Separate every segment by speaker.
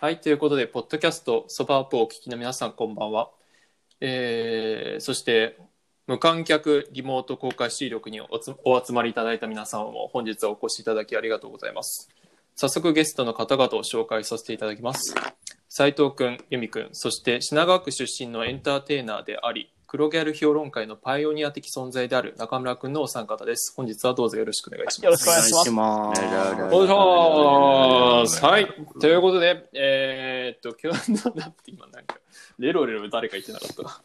Speaker 1: はい、ということで、ポッドキャスト、ソバアップをお聞きの皆さん、こんばんは。えー、そして、無観客リモート公開収録におつお集まりいただいた皆さんも、本日はお越しいただきありがとうございます。早速、ゲストの方々を紹介させていただきます。斉藤くん、由美くん、そして品川区出身のエンターテイナーであり、黒ギャル評論会のパイオニア的存在である中村くんのお三方です。本日はどうぞよろしくお願いします。
Speaker 2: よろしくお願いします
Speaker 3: ま
Speaker 1: お
Speaker 3: お。
Speaker 1: いしょーす。はいい。ということで、えーっと、今日なんだって今なんか、レロレロ誰か言ってなかったな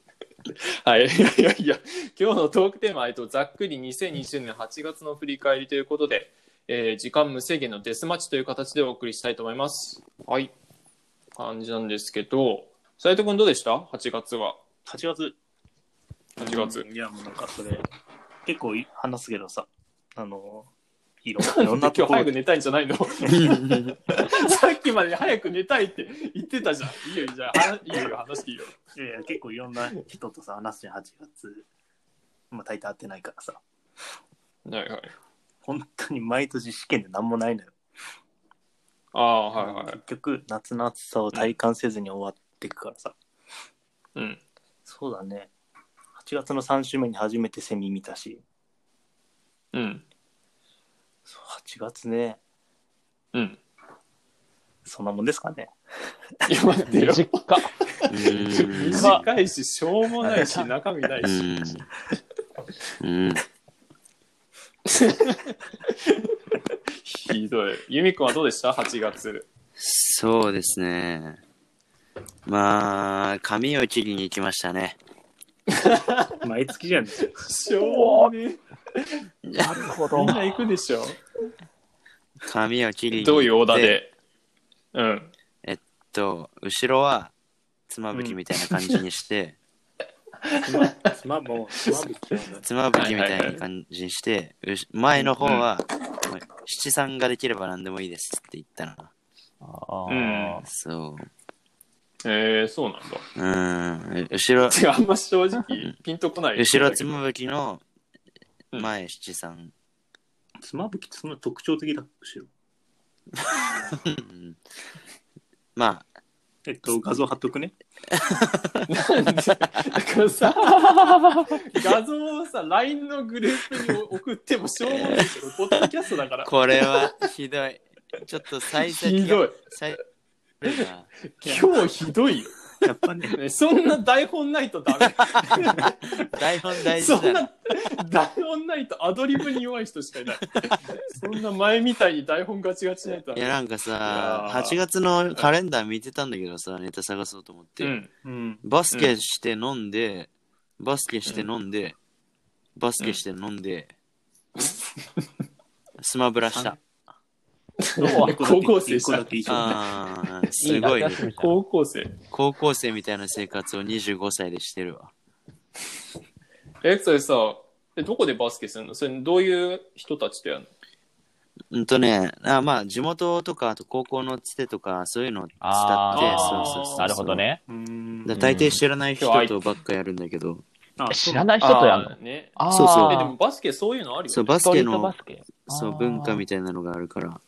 Speaker 1: はい。いやいやいや、今日のトークテーマは、えっと、ざっくり2020年8月の振り返りということで、えー時間無制限のデスマッチという形でお送りしたいと思います。はい。感じなんですけど、斉藤君どうでした ?8 月は。
Speaker 2: 8月。
Speaker 1: 8月
Speaker 2: うんいや、もうなんかそれ、結構い話すけどさ、あの、いろんいろん な
Speaker 1: 今
Speaker 2: と
Speaker 1: 日
Speaker 2: ころ
Speaker 1: 早く寝たいんじゃない のさっきまで早く寝たいって言ってたじゃん。いいよ、じゃあ、話いいよ、話していいよ。
Speaker 2: いやいや結構いろんな人とさ、話すじゃん、8月。まあ、大体会ってないからさ、
Speaker 1: はいはい。
Speaker 2: 本当に毎年試験で何もないのよ。
Speaker 1: ああ、はいはい。
Speaker 2: 結局、夏の暑さを体感せずに終わっていくからさ、
Speaker 1: うん。
Speaker 2: そうだね。8月の3週目に初めてセミ見たし、
Speaker 1: うん。
Speaker 2: そう8月ね、
Speaker 1: うん。
Speaker 2: そんなもんです かね。
Speaker 1: いや、待ってよ。
Speaker 4: 短っ
Speaker 1: 短いし、しょうもないし、中身ないし。
Speaker 3: うん。
Speaker 1: ひどい。ユミ君はどうでした ?8 月。
Speaker 3: そうですね。まあ、髪を切りに行きましたね。
Speaker 2: 毎月じゃん。い
Speaker 1: しょうもね
Speaker 4: なるほ
Speaker 1: み
Speaker 4: ど
Speaker 1: ん。な行くでしょ。
Speaker 3: 髪を切りに行って
Speaker 1: どういうオーダーで。うん。
Speaker 3: と、後ろは、つまぶきみたいな感じにして、
Speaker 2: まあもう、まあもう
Speaker 3: つまぶきみたいな感じにして、うし前の方は、もう七三ができれば何でもいいですって言ったな。
Speaker 4: あ
Speaker 1: うん
Speaker 4: ー
Speaker 3: そ
Speaker 1: えー、そうなんだ。
Speaker 3: う。うん。後ろ、
Speaker 1: てかあんま正直、ピンとこない。
Speaker 3: 後ろつまぶきの
Speaker 1: うん
Speaker 3: 前七三。
Speaker 2: つまぶきってそんな特徴的だ、後ろ。
Speaker 3: うんまあ、
Speaker 2: えっと、画像貼っとくね。
Speaker 1: なんでだからさ、画像をさ、LINE のグループに送ってもしょうもないけど、ポッドキャストだから。
Speaker 3: これはひどい。ちょっと最先
Speaker 1: ひどい。
Speaker 3: 最これが
Speaker 1: 今日ひどいよ。
Speaker 2: やっぱね、
Speaker 1: ねそんな台本ないとダ
Speaker 3: 台本
Speaker 1: メ。
Speaker 3: 大
Speaker 1: そ
Speaker 3: 事
Speaker 1: ん
Speaker 3: だな。
Speaker 1: な台本ないとアドリブに弱い人しかいない。そんな前みたいに台本ガチガチないとダ
Speaker 3: い
Speaker 1: メ
Speaker 3: やなんかさ、
Speaker 1: いやー
Speaker 3: 8月のカレンダー見てたんだけどさ、ネタ探そうと思って。
Speaker 1: うん。
Speaker 2: うん。
Speaker 3: バスケして飲んで、バスケして飲んで、バスケして飲んで、スマブラした。
Speaker 1: 高校生
Speaker 2: 一個だけ一緒だね
Speaker 3: あー、すごいね。
Speaker 1: 高校生。
Speaker 3: 高校生みたいな生活を25歳でしてるわ。
Speaker 1: え、それさ、えどこでバスケするのそれどういう人たちとやるの
Speaker 3: うんとね、あまあ、地元とか、あと高校のつてとか、そういうのを伝って、
Speaker 4: あ
Speaker 3: そう
Speaker 1: ー
Speaker 3: そうそう。
Speaker 4: なるほど。ね。
Speaker 2: うーん
Speaker 3: だ大抵知らない人とばっかやるんだけど、
Speaker 2: あ
Speaker 4: 知らない人とやんの
Speaker 1: あーね。
Speaker 4: あー
Speaker 3: そうそう
Speaker 1: え、でもバスケそういうのあるよ、ね。
Speaker 3: そう、バ
Speaker 4: ス
Speaker 3: ス
Speaker 4: トリ
Speaker 3: ケ
Speaker 4: ートバ
Speaker 3: の、
Speaker 4: スケ。
Speaker 3: そう、
Speaker 4: あー
Speaker 3: 文化みたいなのがあるから。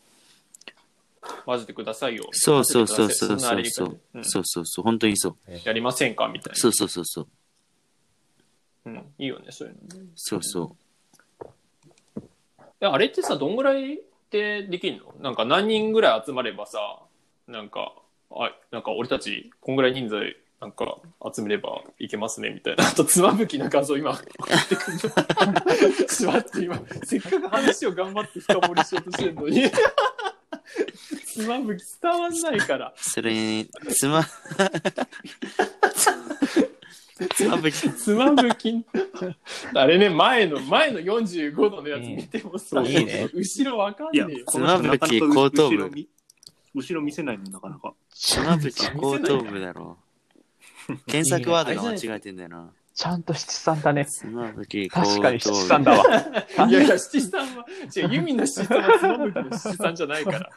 Speaker 1: 混ぜてくださいよ。
Speaker 3: そうそうそうそう
Speaker 1: 混
Speaker 3: そ
Speaker 1: ぜ
Speaker 3: う
Speaker 1: てください
Speaker 3: そ。
Speaker 1: うん
Speaker 3: そうそうそう、本当にそう。
Speaker 1: やりませんかみたいな。
Speaker 3: そうそうそうそう。
Speaker 1: うん、いいよね、そういうのね。
Speaker 3: そうそ
Speaker 1: え、あれってさ、どんぐらいでできるのなんか何人ぐらい集まればさ、なんか、あ、なんか俺たち、こんぐらい人数、なんか集めればいけますね、みたいな。あ と、つまぶきな画像今、送ってくる の。しまって、今、せっかく話を頑張って深掘りしようとしてるのに。 つまぶき伝わんないから。
Speaker 3: う。それに、つま、 つまぶき。
Speaker 1: つまぶき。あれね、前の、前の45度のやつ見てもさ、
Speaker 2: うん
Speaker 4: いいね
Speaker 1: 後ろわかん
Speaker 2: い
Speaker 1: ね
Speaker 2: や
Speaker 1: えよ、。
Speaker 2: この人なかなか
Speaker 3: つまぶき後頭部
Speaker 2: 後ろ見後ろ見せないの、なかなか。
Speaker 3: つまぶき後頭部だろう。検索ワードが間違えてんだよな。
Speaker 4: ちゃんと七三だ ね。
Speaker 3: つまぶき後頭部。
Speaker 4: 確かに七三だわ。
Speaker 1: いやいや、七三は、違う、ユミの七三はつまぶきの七三じゃないから。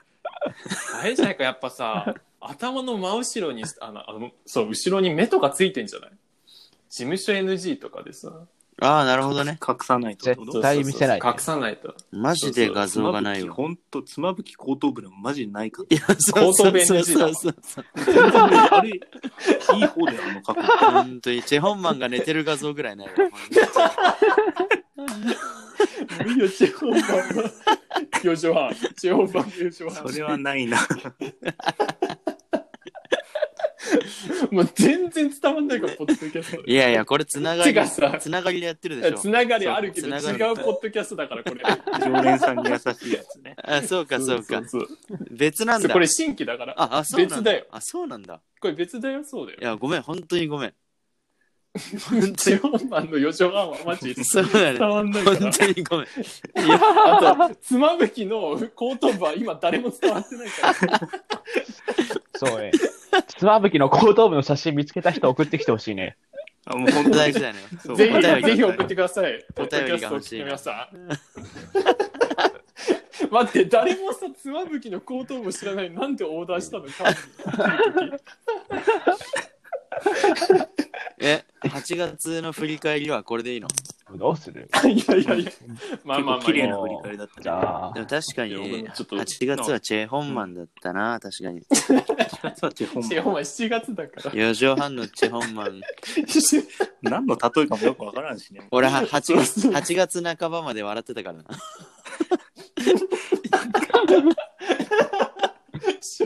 Speaker 1: あれじゃないか、やっぱさ、頭の真後ろに、あの、あのそう、後ろに目とかついてんじゃない事務所 NG とかでさ、
Speaker 3: ああ、なるほどね。
Speaker 2: 隠さないとってこと。
Speaker 4: 絶対見せない。
Speaker 1: 隠さないと。
Speaker 3: マジで画像がないわ。
Speaker 2: 本当つまぶき後頭部のマジでないか
Speaker 3: いや、そうそうそうそうそう。
Speaker 2: あれ、いい方だよ、あの過去。
Speaker 3: 本当に、チェホンマンが寝てる画像ぐらいないわ。
Speaker 1: 無理よ、チェホンマンは。4畳半。チェホンマン4畳半
Speaker 2: それはないな。
Speaker 1: もう全然伝わんないから、ポッドキャスト。
Speaker 3: いやいや、これつながり
Speaker 1: てかさ、
Speaker 3: つながりでやってるでし
Speaker 1: つ
Speaker 3: ょ。
Speaker 1: ながりあるけど、
Speaker 3: そうつな
Speaker 1: 違
Speaker 3: がり
Speaker 1: うポッドキャストだから、 これ。
Speaker 2: 常連さんに優しいや つね。
Speaker 3: あ、そうかそうか。
Speaker 1: そうそう
Speaker 3: 別なん
Speaker 1: そう
Speaker 3: だ
Speaker 1: こ。れ新規だから。
Speaker 3: あ、あ、そうなん
Speaker 1: 別
Speaker 3: だ
Speaker 1: だよ。
Speaker 3: あ、そうなんだ。
Speaker 1: これ別だよ、そうだ
Speaker 3: い
Speaker 1: よ。
Speaker 3: や、ごめん、本当にごめん。
Speaker 1: チェホンマンの4畳半はマジで
Speaker 3: そうだね
Speaker 1: 伝。わんないか
Speaker 3: 本
Speaker 1: ら。
Speaker 3: 当にごめん。
Speaker 1: あと、つまぶきの後頭部は今誰も伝わってない から。
Speaker 4: そうね。つまぶきの後頭部の写真見つけた人送ってきてほしいね。
Speaker 2: あ、もう本当
Speaker 3: 大
Speaker 2: に
Speaker 3: 事だよね。
Speaker 2: そう
Speaker 1: ぜ
Speaker 3: お便
Speaker 1: ひ、
Speaker 3: りが
Speaker 1: ぜひ送ってください。ポ
Speaker 3: お
Speaker 1: ッドキャ
Speaker 3: 便り
Speaker 1: スト
Speaker 3: が
Speaker 1: を
Speaker 3: 欲し
Speaker 1: 聞
Speaker 3: い
Speaker 1: き
Speaker 3: な
Speaker 1: ました。 待って、誰もさ、つまぶきの後頭部知らない。なんでオーダーしたのか。
Speaker 3: え、8月の振り返りはこれでいいの
Speaker 4: どうする
Speaker 1: いやいやいや。まあま
Speaker 2: 結
Speaker 1: あま
Speaker 2: 構
Speaker 1: あ。
Speaker 2: 綺麗な振り返りだった
Speaker 4: じ
Speaker 2: ね。
Speaker 4: ゃあ
Speaker 3: で、も確かに、
Speaker 1: いや俺もちょっと
Speaker 3: 8月はチェ・ホンマンだったな、確かに。
Speaker 2: あとは地方も
Speaker 1: いやお前7月だ から。
Speaker 3: 4畳半のチェ・ホンマン。
Speaker 2: 何の例えかもよくわからんしね。
Speaker 3: 俺は8月、8月半ばまで笑ってたからな。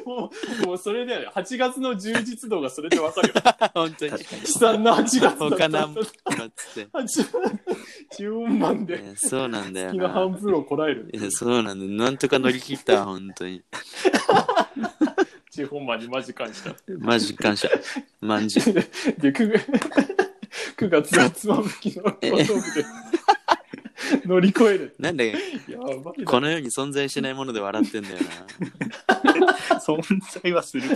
Speaker 1: もうもうそれだよね。8月の充実度がそれでわかる よ。
Speaker 3: 本当に。
Speaker 1: 悲惨な8月だった。
Speaker 3: 他なんぼかっつって。
Speaker 1: 10音満
Speaker 3: い
Speaker 1: で
Speaker 3: やそうなんだよ
Speaker 1: 月の半
Speaker 3: な。
Speaker 1: 分をこらえる。
Speaker 3: いやそうなんだよ。なんとか乗り切った、本当に。
Speaker 1: 地方マンにマジ感じた。
Speaker 3: マジ感謝。マンジ。
Speaker 1: で、9, 9月はつまぶきの後頭部で乗り越える。
Speaker 3: なんで、
Speaker 1: やばいな。
Speaker 3: この世に存在しないもので笑ってんだよ
Speaker 2: 存在はするか。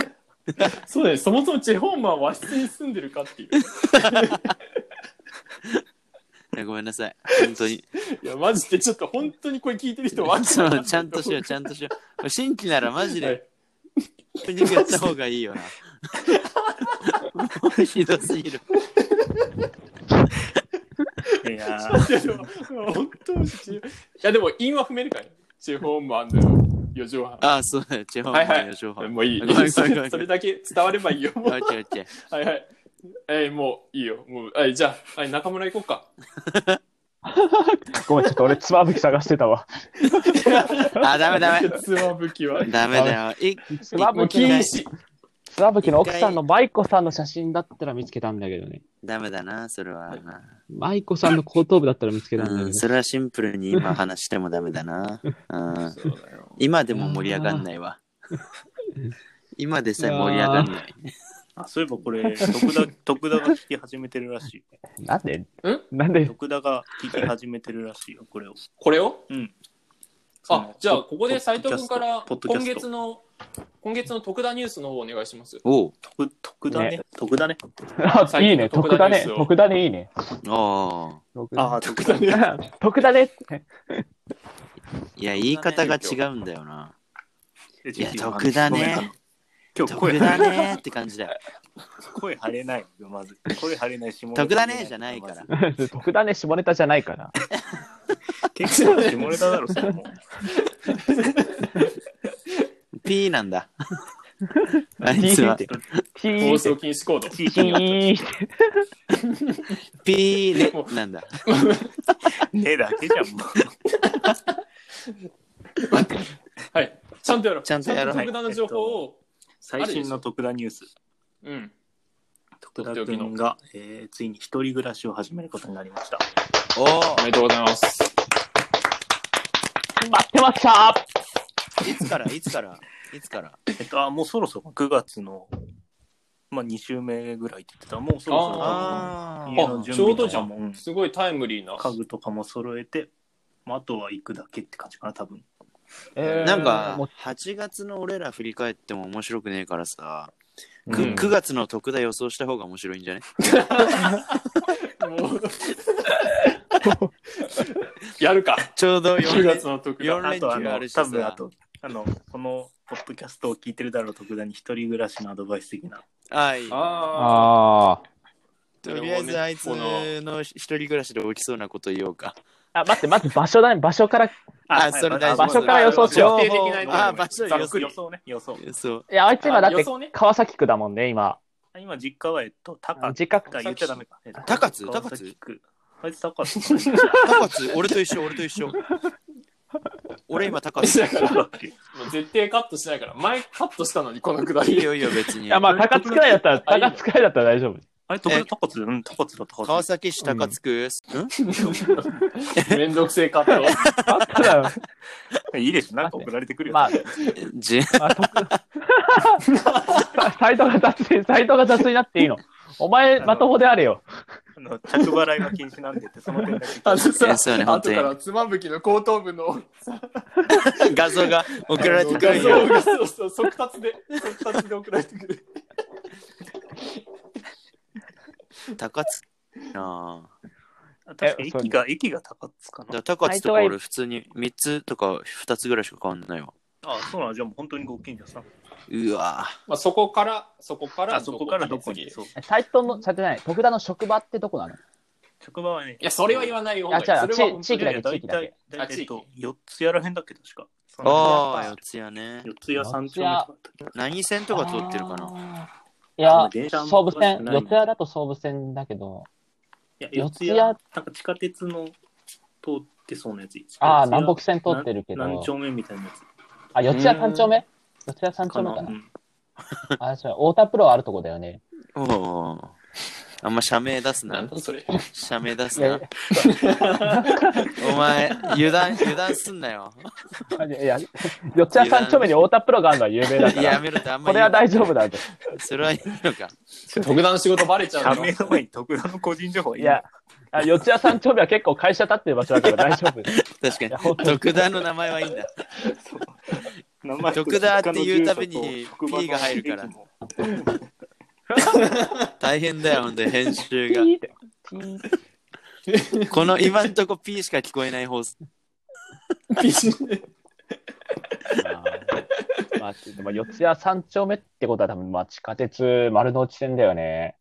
Speaker 1: そうだね。そもそも地方マンは和室に住んでるかっていう。
Speaker 3: な。いやごめんなさい。本当に。
Speaker 1: いや、マジでちょっと本当にこれ聞いてる人は
Speaker 3: そうちゃんとしよう、ちゃんとしよう。新規ならマジ
Speaker 1: は
Speaker 3: で
Speaker 1: い、
Speaker 3: とにかくやった方がいいよな。 ひどすぎる。
Speaker 2: いやー
Speaker 1: いやでも本当に自 由いやでも韻は踏めるからね。地方もあんだよ。四畳半。
Speaker 3: ああ、そうだよ。地方
Speaker 1: は
Speaker 3: の
Speaker 1: いはい
Speaker 3: 予想法。
Speaker 1: もういい
Speaker 3: ごめんごめ。ん
Speaker 1: そ
Speaker 3: ごめ
Speaker 1: れ
Speaker 3: ん
Speaker 1: それだけ伝わればいいよ。も
Speaker 3: オ
Speaker 1: う
Speaker 3: ッケーオッケー。
Speaker 1: はいはい。えーもういいよ。もう、はい、じゃあ、はい、中村行こうか。
Speaker 4: ごめん、ちょっと俺、つまぶき探してたわ。
Speaker 3: あ、ダメダメ。
Speaker 1: つまぶきは。
Speaker 3: ダメだ よ。い
Speaker 4: つま
Speaker 1: もう
Speaker 4: ぶき
Speaker 1: 禁
Speaker 4: の、
Speaker 1: 止。
Speaker 4: つまぶきの奥さんの舞子さんの写真だったら見つけたんだけどね。
Speaker 3: ダメだな、それは。
Speaker 4: 舞子さんの後頭部だったら見つけたんだけ
Speaker 3: う
Speaker 4: ど
Speaker 3: ん、。それはシンプルに今話してもダメだな。うん、
Speaker 1: そうだよ。
Speaker 3: 今でも盛り上がんない わ。今でさえ盛り上がんない。
Speaker 2: あそういえばこれ、徳田、徳田が聞き始めてるらしい。
Speaker 4: なんでなんで
Speaker 2: 徳田が聞き始めてるらしいよ、これを。
Speaker 1: これを
Speaker 2: うん。
Speaker 1: あ、じゃあ、ここで斉藤君から、
Speaker 2: ポッドキ
Speaker 1: 今
Speaker 2: ャスト
Speaker 1: 月の、今月の特ダニュースの方お願いします。
Speaker 3: おう
Speaker 2: 徳徳田ね。徳田ね。
Speaker 4: あいいね、
Speaker 1: 最近の
Speaker 4: 徳
Speaker 1: 特段
Speaker 4: 田ね
Speaker 1: ニュースを。
Speaker 4: 徳田ねいいね。
Speaker 3: お
Speaker 2: ああ、徳
Speaker 1: ダニュー
Speaker 4: 徳田ね。
Speaker 3: ういや、言い方が違うんだよな。いや、徳
Speaker 2: 田
Speaker 3: だ。ね。
Speaker 2: 今日
Speaker 3: 徳
Speaker 2: 声、
Speaker 3: だねって感じだよ。
Speaker 2: 声張れないよ、まず。声張れないし、
Speaker 3: 徳田ねじゃないから。
Speaker 4: 徳田ね下ネタじゃない から。
Speaker 2: まず結構下ネタだろ、それも。
Speaker 3: P なん だ。あいつは
Speaker 4: ピピー
Speaker 1: 放
Speaker 4: って
Speaker 1: 送禁止コード。
Speaker 2: 地
Speaker 4: ピ
Speaker 2: 域によって
Speaker 4: ーって
Speaker 3: P ねなんだ。
Speaker 2: ねだけじゃん、もう。
Speaker 1: はい。ちゃんとやろう。
Speaker 3: ちゃんとやろう
Speaker 1: 特ダの情報を、
Speaker 2: 最新の徳田ニュース。
Speaker 1: うん。
Speaker 2: 徳田君が、えーついに一人暮らしを始めることになりました。
Speaker 3: お
Speaker 1: おめでとうございます。
Speaker 4: 待ってました
Speaker 3: おいつからいつからいつから
Speaker 2: えっと、あ、もうそろそろ9月の、まあ、2週目ぐらいって言ってた。もうそろそろ
Speaker 3: あ
Speaker 2: 家
Speaker 3: ー
Speaker 2: の準
Speaker 1: ちょ
Speaker 2: 備
Speaker 1: うど
Speaker 2: と
Speaker 1: じゃ
Speaker 2: か
Speaker 1: ん
Speaker 2: も、うん
Speaker 1: すごいタイムリーな。
Speaker 2: 家具とかも揃えて、まあ、あとは行くだけって感じかな、多分。
Speaker 4: えー
Speaker 3: なんか
Speaker 4: もう
Speaker 3: 8月の俺ら振り返っても面白くねえからさ、
Speaker 1: うん
Speaker 3: く 9, 月の特大予想した方が面白いんじゃね
Speaker 1: もう やるか。
Speaker 3: ちょうど
Speaker 1: 9
Speaker 3: 4
Speaker 1: 月
Speaker 3: 月
Speaker 1: の特
Speaker 3: 四
Speaker 1: ダ。
Speaker 3: 連
Speaker 2: あ
Speaker 3: 休
Speaker 2: とあ
Speaker 3: あ
Speaker 2: の
Speaker 3: るし
Speaker 2: 多
Speaker 3: さ
Speaker 2: 分あとあのこのポッドキャストを聞いてるだろう徳田に一人暮らしのアドバイス的な
Speaker 3: はい
Speaker 1: ああ。
Speaker 4: ああ。
Speaker 3: とりあえずあいつ
Speaker 1: この
Speaker 3: の一人暮らしで起きそうなこと言おうか。
Speaker 4: あ、待って、まず場所だね。場所から。い
Speaker 3: あそれ大事
Speaker 4: 場所から予想しよ
Speaker 1: うあ
Speaker 3: 場所
Speaker 2: ざっくり
Speaker 3: 予
Speaker 2: 予想ね、予想。
Speaker 3: そう。
Speaker 4: や、あいつ今だっ
Speaker 1: あ予
Speaker 4: て
Speaker 1: 想ね
Speaker 4: 川崎区だもんね、今。
Speaker 2: あ今、実家は、えっと、高津。
Speaker 4: 実家区
Speaker 2: あ言っちゃダメか。えっと
Speaker 3: 高津
Speaker 2: 川崎区あいつ高津。
Speaker 3: 高津、俺と一緒、俺と一緒。俺今高 津。
Speaker 1: だからもう絶対カットしないから前カットしたのにこのくだ
Speaker 3: いい
Speaker 1: り
Speaker 3: よいいよ、別に。
Speaker 4: いや、まあ、高津くらいだったら、高津くらいだったら大丈夫。
Speaker 2: あれ、どこで高津うん、高津だ、高津。
Speaker 3: 川崎市高津区、ん
Speaker 1: めんどくせえカット
Speaker 4: あったら、
Speaker 2: いいでしょ、なんか送られてくるよ。
Speaker 4: まあ、
Speaker 3: じ
Speaker 4: まあ、得サイトが雑に、サイトが雑になっていいの。お前、まともであれよ。
Speaker 2: あの着払いが禁止なん でって、その点だけ。
Speaker 1: あのさ
Speaker 3: そうね本当
Speaker 1: 後
Speaker 3: に
Speaker 1: からつまぶきの後頭部の
Speaker 3: 画像が送られてく
Speaker 1: 画
Speaker 3: る
Speaker 1: 像
Speaker 3: よ。
Speaker 1: がそうそう速達で速達で送られてくる
Speaker 3: 高津。なあ
Speaker 2: 確かに駅が、駅が高津か
Speaker 3: だ
Speaker 2: な。
Speaker 3: から高津とか俺普通に3つとか2つぐらいしか変わんないわ。
Speaker 2: あ、そうなの、じゃあもう本当にご近所さん。
Speaker 3: うわぁ
Speaker 1: まあそこからそこから
Speaker 2: あ、そこからどこに。
Speaker 1: い
Speaker 2: そう。
Speaker 4: サイトの、サイトじゃない、徳田の職場ってどこなの
Speaker 2: 職場はね、
Speaker 1: やそれは言わないよ
Speaker 4: あ違う
Speaker 1: それは本当に
Speaker 4: 地域だけ
Speaker 2: 大体、
Speaker 1: だけ
Speaker 2: 大体、えっと、4つやらへんだっけ、確か。その
Speaker 3: ああ、四つやね。
Speaker 2: 四つや三丁目とかだったっけ。
Speaker 3: 何線とか通ってるかな
Speaker 4: な。いや、
Speaker 2: 電車あんま
Speaker 4: 総武
Speaker 2: 詳し
Speaker 4: 線、
Speaker 2: くない
Speaker 4: 四ツ谷だと総武線だけど、
Speaker 2: いや、
Speaker 4: 四
Speaker 2: 四
Speaker 4: ツ
Speaker 2: ツ
Speaker 4: 谷
Speaker 2: 谷、なんか地下鉄の通ってそうなやつ。
Speaker 4: ああ、
Speaker 2: 四ツ谷
Speaker 4: 南北線通ってるけ
Speaker 2: な何
Speaker 4: ど、
Speaker 2: 丁目みたいなやつ
Speaker 4: あ、四ツ谷三丁目四ツ谷三
Speaker 2: か
Speaker 4: 丁目
Speaker 2: な。
Speaker 4: か
Speaker 2: う
Speaker 4: な。
Speaker 2: ん
Speaker 4: あ、そう、太田プロあるとこだよね。
Speaker 3: おお。あんま社名出す
Speaker 1: な。
Speaker 3: なん
Speaker 1: だそれ
Speaker 3: 社名出す
Speaker 4: いや
Speaker 3: な。 お前、油断、油断すんなよ。
Speaker 4: いや、いや四ツ谷三丁目に太田プロがあるのは有名だか
Speaker 3: や
Speaker 4: ら、
Speaker 3: めろってあんま
Speaker 4: これは大丈夫だと。
Speaker 3: それはいいのか。
Speaker 1: 特段仕事バレちゃう
Speaker 2: 社
Speaker 1: の
Speaker 2: 名の前に特段の個人情報はいい
Speaker 4: や、あ四ツ谷三丁目は結構会社立ってる場所だから大丈夫。
Speaker 3: 確
Speaker 4: や
Speaker 3: か
Speaker 4: ほん
Speaker 3: に。徳田の名前はいいんだ。
Speaker 2: 名前
Speaker 3: 徳田って言うたびに P が入るから大変だよ、本当に編集が。この今んとこ P しか聞こえない放送。
Speaker 4: まあまあ、でも四ツ谷三丁目ってことは多分、まあ、地下鉄丸の内線だよね。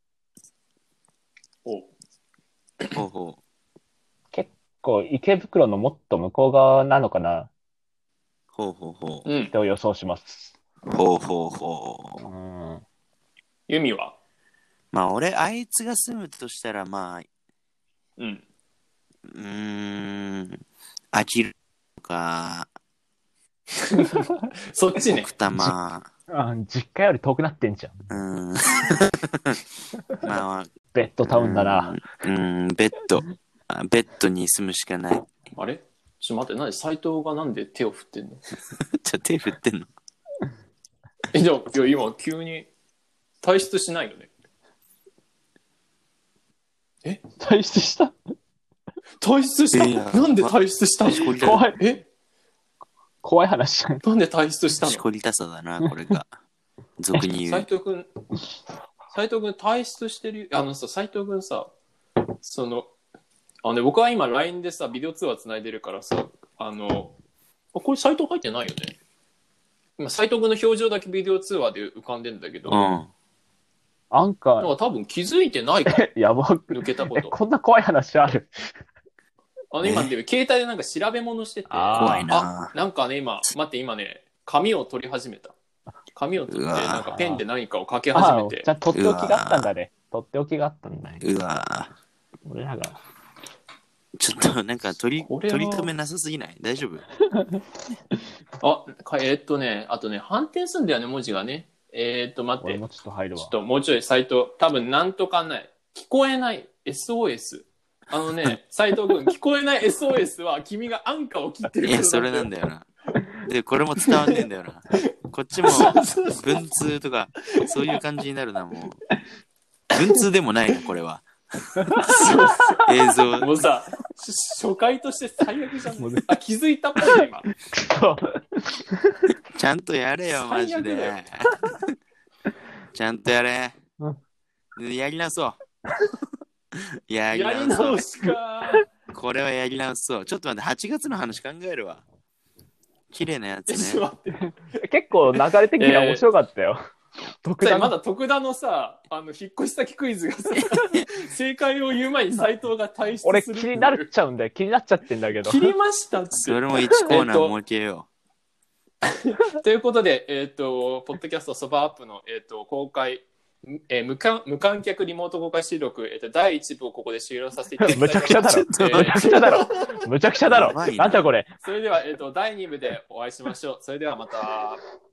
Speaker 3: ほうほう。
Speaker 4: こう、池袋のもっと向こう側なのかな
Speaker 3: ほうほうほ
Speaker 1: うん
Speaker 4: と予想します。
Speaker 3: う。ほうほうほ
Speaker 4: う
Speaker 3: う。
Speaker 4: ん。
Speaker 1: ユミは
Speaker 3: まあ、俺、あいつが住むとしたら、まあ、
Speaker 1: うん
Speaker 3: うーん、飽きるとか、
Speaker 1: そっちね
Speaker 3: 奥多摩、
Speaker 4: あ実家より遠くなってんじゃん。
Speaker 3: うーん、まあ、
Speaker 4: ベッドタウンだな。
Speaker 3: うん、うんベッド、あベッドに住むしかない。
Speaker 1: あれちょっと待って何斎藤がなんで手を振ってんの
Speaker 3: じゃ手振ってんの
Speaker 1: えじゃあいや今急に退出しないよね
Speaker 4: 退出した
Speaker 1: 退出した、
Speaker 3: いや
Speaker 1: なんで退出した
Speaker 3: しこり
Speaker 4: 怖
Speaker 3: だ、
Speaker 4: い。
Speaker 1: え
Speaker 4: 怖い話じゃん。
Speaker 1: なんで退出したの
Speaker 3: しこりたさだな、これが。俗に言
Speaker 1: 斉
Speaker 3: う。
Speaker 1: 藤君、斉藤君退出してるよ、あのさ、斉藤君さ、その、あのね、僕は今 LINE でさ、ビデオ通話つないでるからさ、あの、あこれ斉藤入ってないよね。今、斉藤君の表情だけビデオ通話で浮かんでんだけど、
Speaker 3: う
Speaker 1: なん
Speaker 3: ん。
Speaker 4: アンカー、
Speaker 1: か多分気づいてないから
Speaker 4: やばく。
Speaker 1: 抜けたこ
Speaker 4: え、
Speaker 1: と。
Speaker 4: こんな怖い話ある
Speaker 1: あの、今ね、携帯でなんか調べ物してて、
Speaker 4: あー
Speaker 3: 怖いな。
Speaker 1: なんかね、今、待って、今ね、紙を取り始めた。紙を取って、
Speaker 3: うわ
Speaker 1: なんかペンで何かを書き始
Speaker 4: あ
Speaker 1: め
Speaker 4: あ、
Speaker 1: て
Speaker 4: じゃ。あ、とっておきがあったんだね。とっておきがあったんだね。
Speaker 3: うわぁ
Speaker 4: 俺らが。
Speaker 3: ちょっとなんか取り
Speaker 1: これは
Speaker 3: 取り留めなさすぎない大丈夫
Speaker 1: あ、かえーっとね、あとね、反転すんだよね、文字がね。えーっと、待っ
Speaker 4: 俺
Speaker 1: て。
Speaker 4: もちょっと入る
Speaker 1: ち
Speaker 4: わ
Speaker 1: ょっ。ともうちょいサイト、多分なんとかない。聞こえない。SOS。あの ね、斉藤君、聞こえない SOS は君が安価を切ってる
Speaker 3: いや、それなん
Speaker 1: だ
Speaker 3: だよな。で、これも伝わんねえんだよな。こっちも文通とか、そういう感じになるな、もう。文通でもないな、これは。映像。
Speaker 1: もうさ、し初回として最悪じゃん
Speaker 4: もうね。
Speaker 1: あ、気づいたっぽいね、今。
Speaker 3: ちゃんとやれよ、マジ
Speaker 1: 最悪だ
Speaker 3: で。ちゃんとやれ
Speaker 4: うん。
Speaker 3: やり 直そう。やり
Speaker 1: やり
Speaker 3: 直そう
Speaker 1: 直。しか。
Speaker 3: これはやり直そう。ちょっと待って、8月の話考えるわ。綺麗なやつ
Speaker 1: え、
Speaker 3: ね
Speaker 1: ちょっ。と待って。
Speaker 4: 結構流れ的には面白かったよ。特
Speaker 1: さ
Speaker 4: 段
Speaker 1: まだ徳田のさ、あの、引っ越し先クイズが さ、正解を言う前に斎藤が退出する
Speaker 4: 俺
Speaker 1: って
Speaker 4: 気
Speaker 1: いう。
Speaker 4: になっちゃうんだよ。気になっちゃってんだけど。
Speaker 1: 切りましたって。
Speaker 3: それも1コーナー設けよ
Speaker 1: ということで、えっ、と、ポッドキャストソバアップの、えっ、と、公開、えー無観無観客リモート公開収録、えっ、と、第1部をここで終了させていただきたい
Speaker 4: むちゃくちゃだろ。
Speaker 3: ちょっと
Speaker 1: え
Speaker 4: むち
Speaker 1: ー
Speaker 4: ゃくちゃだろ。むちゃくちゃだろ
Speaker 3: やばい。な
Speaker 4: なんだこれ。
Speaker 1: それでは、えっ、と、第2部でお会いしましょう。それではまた。
Speaker 3: う。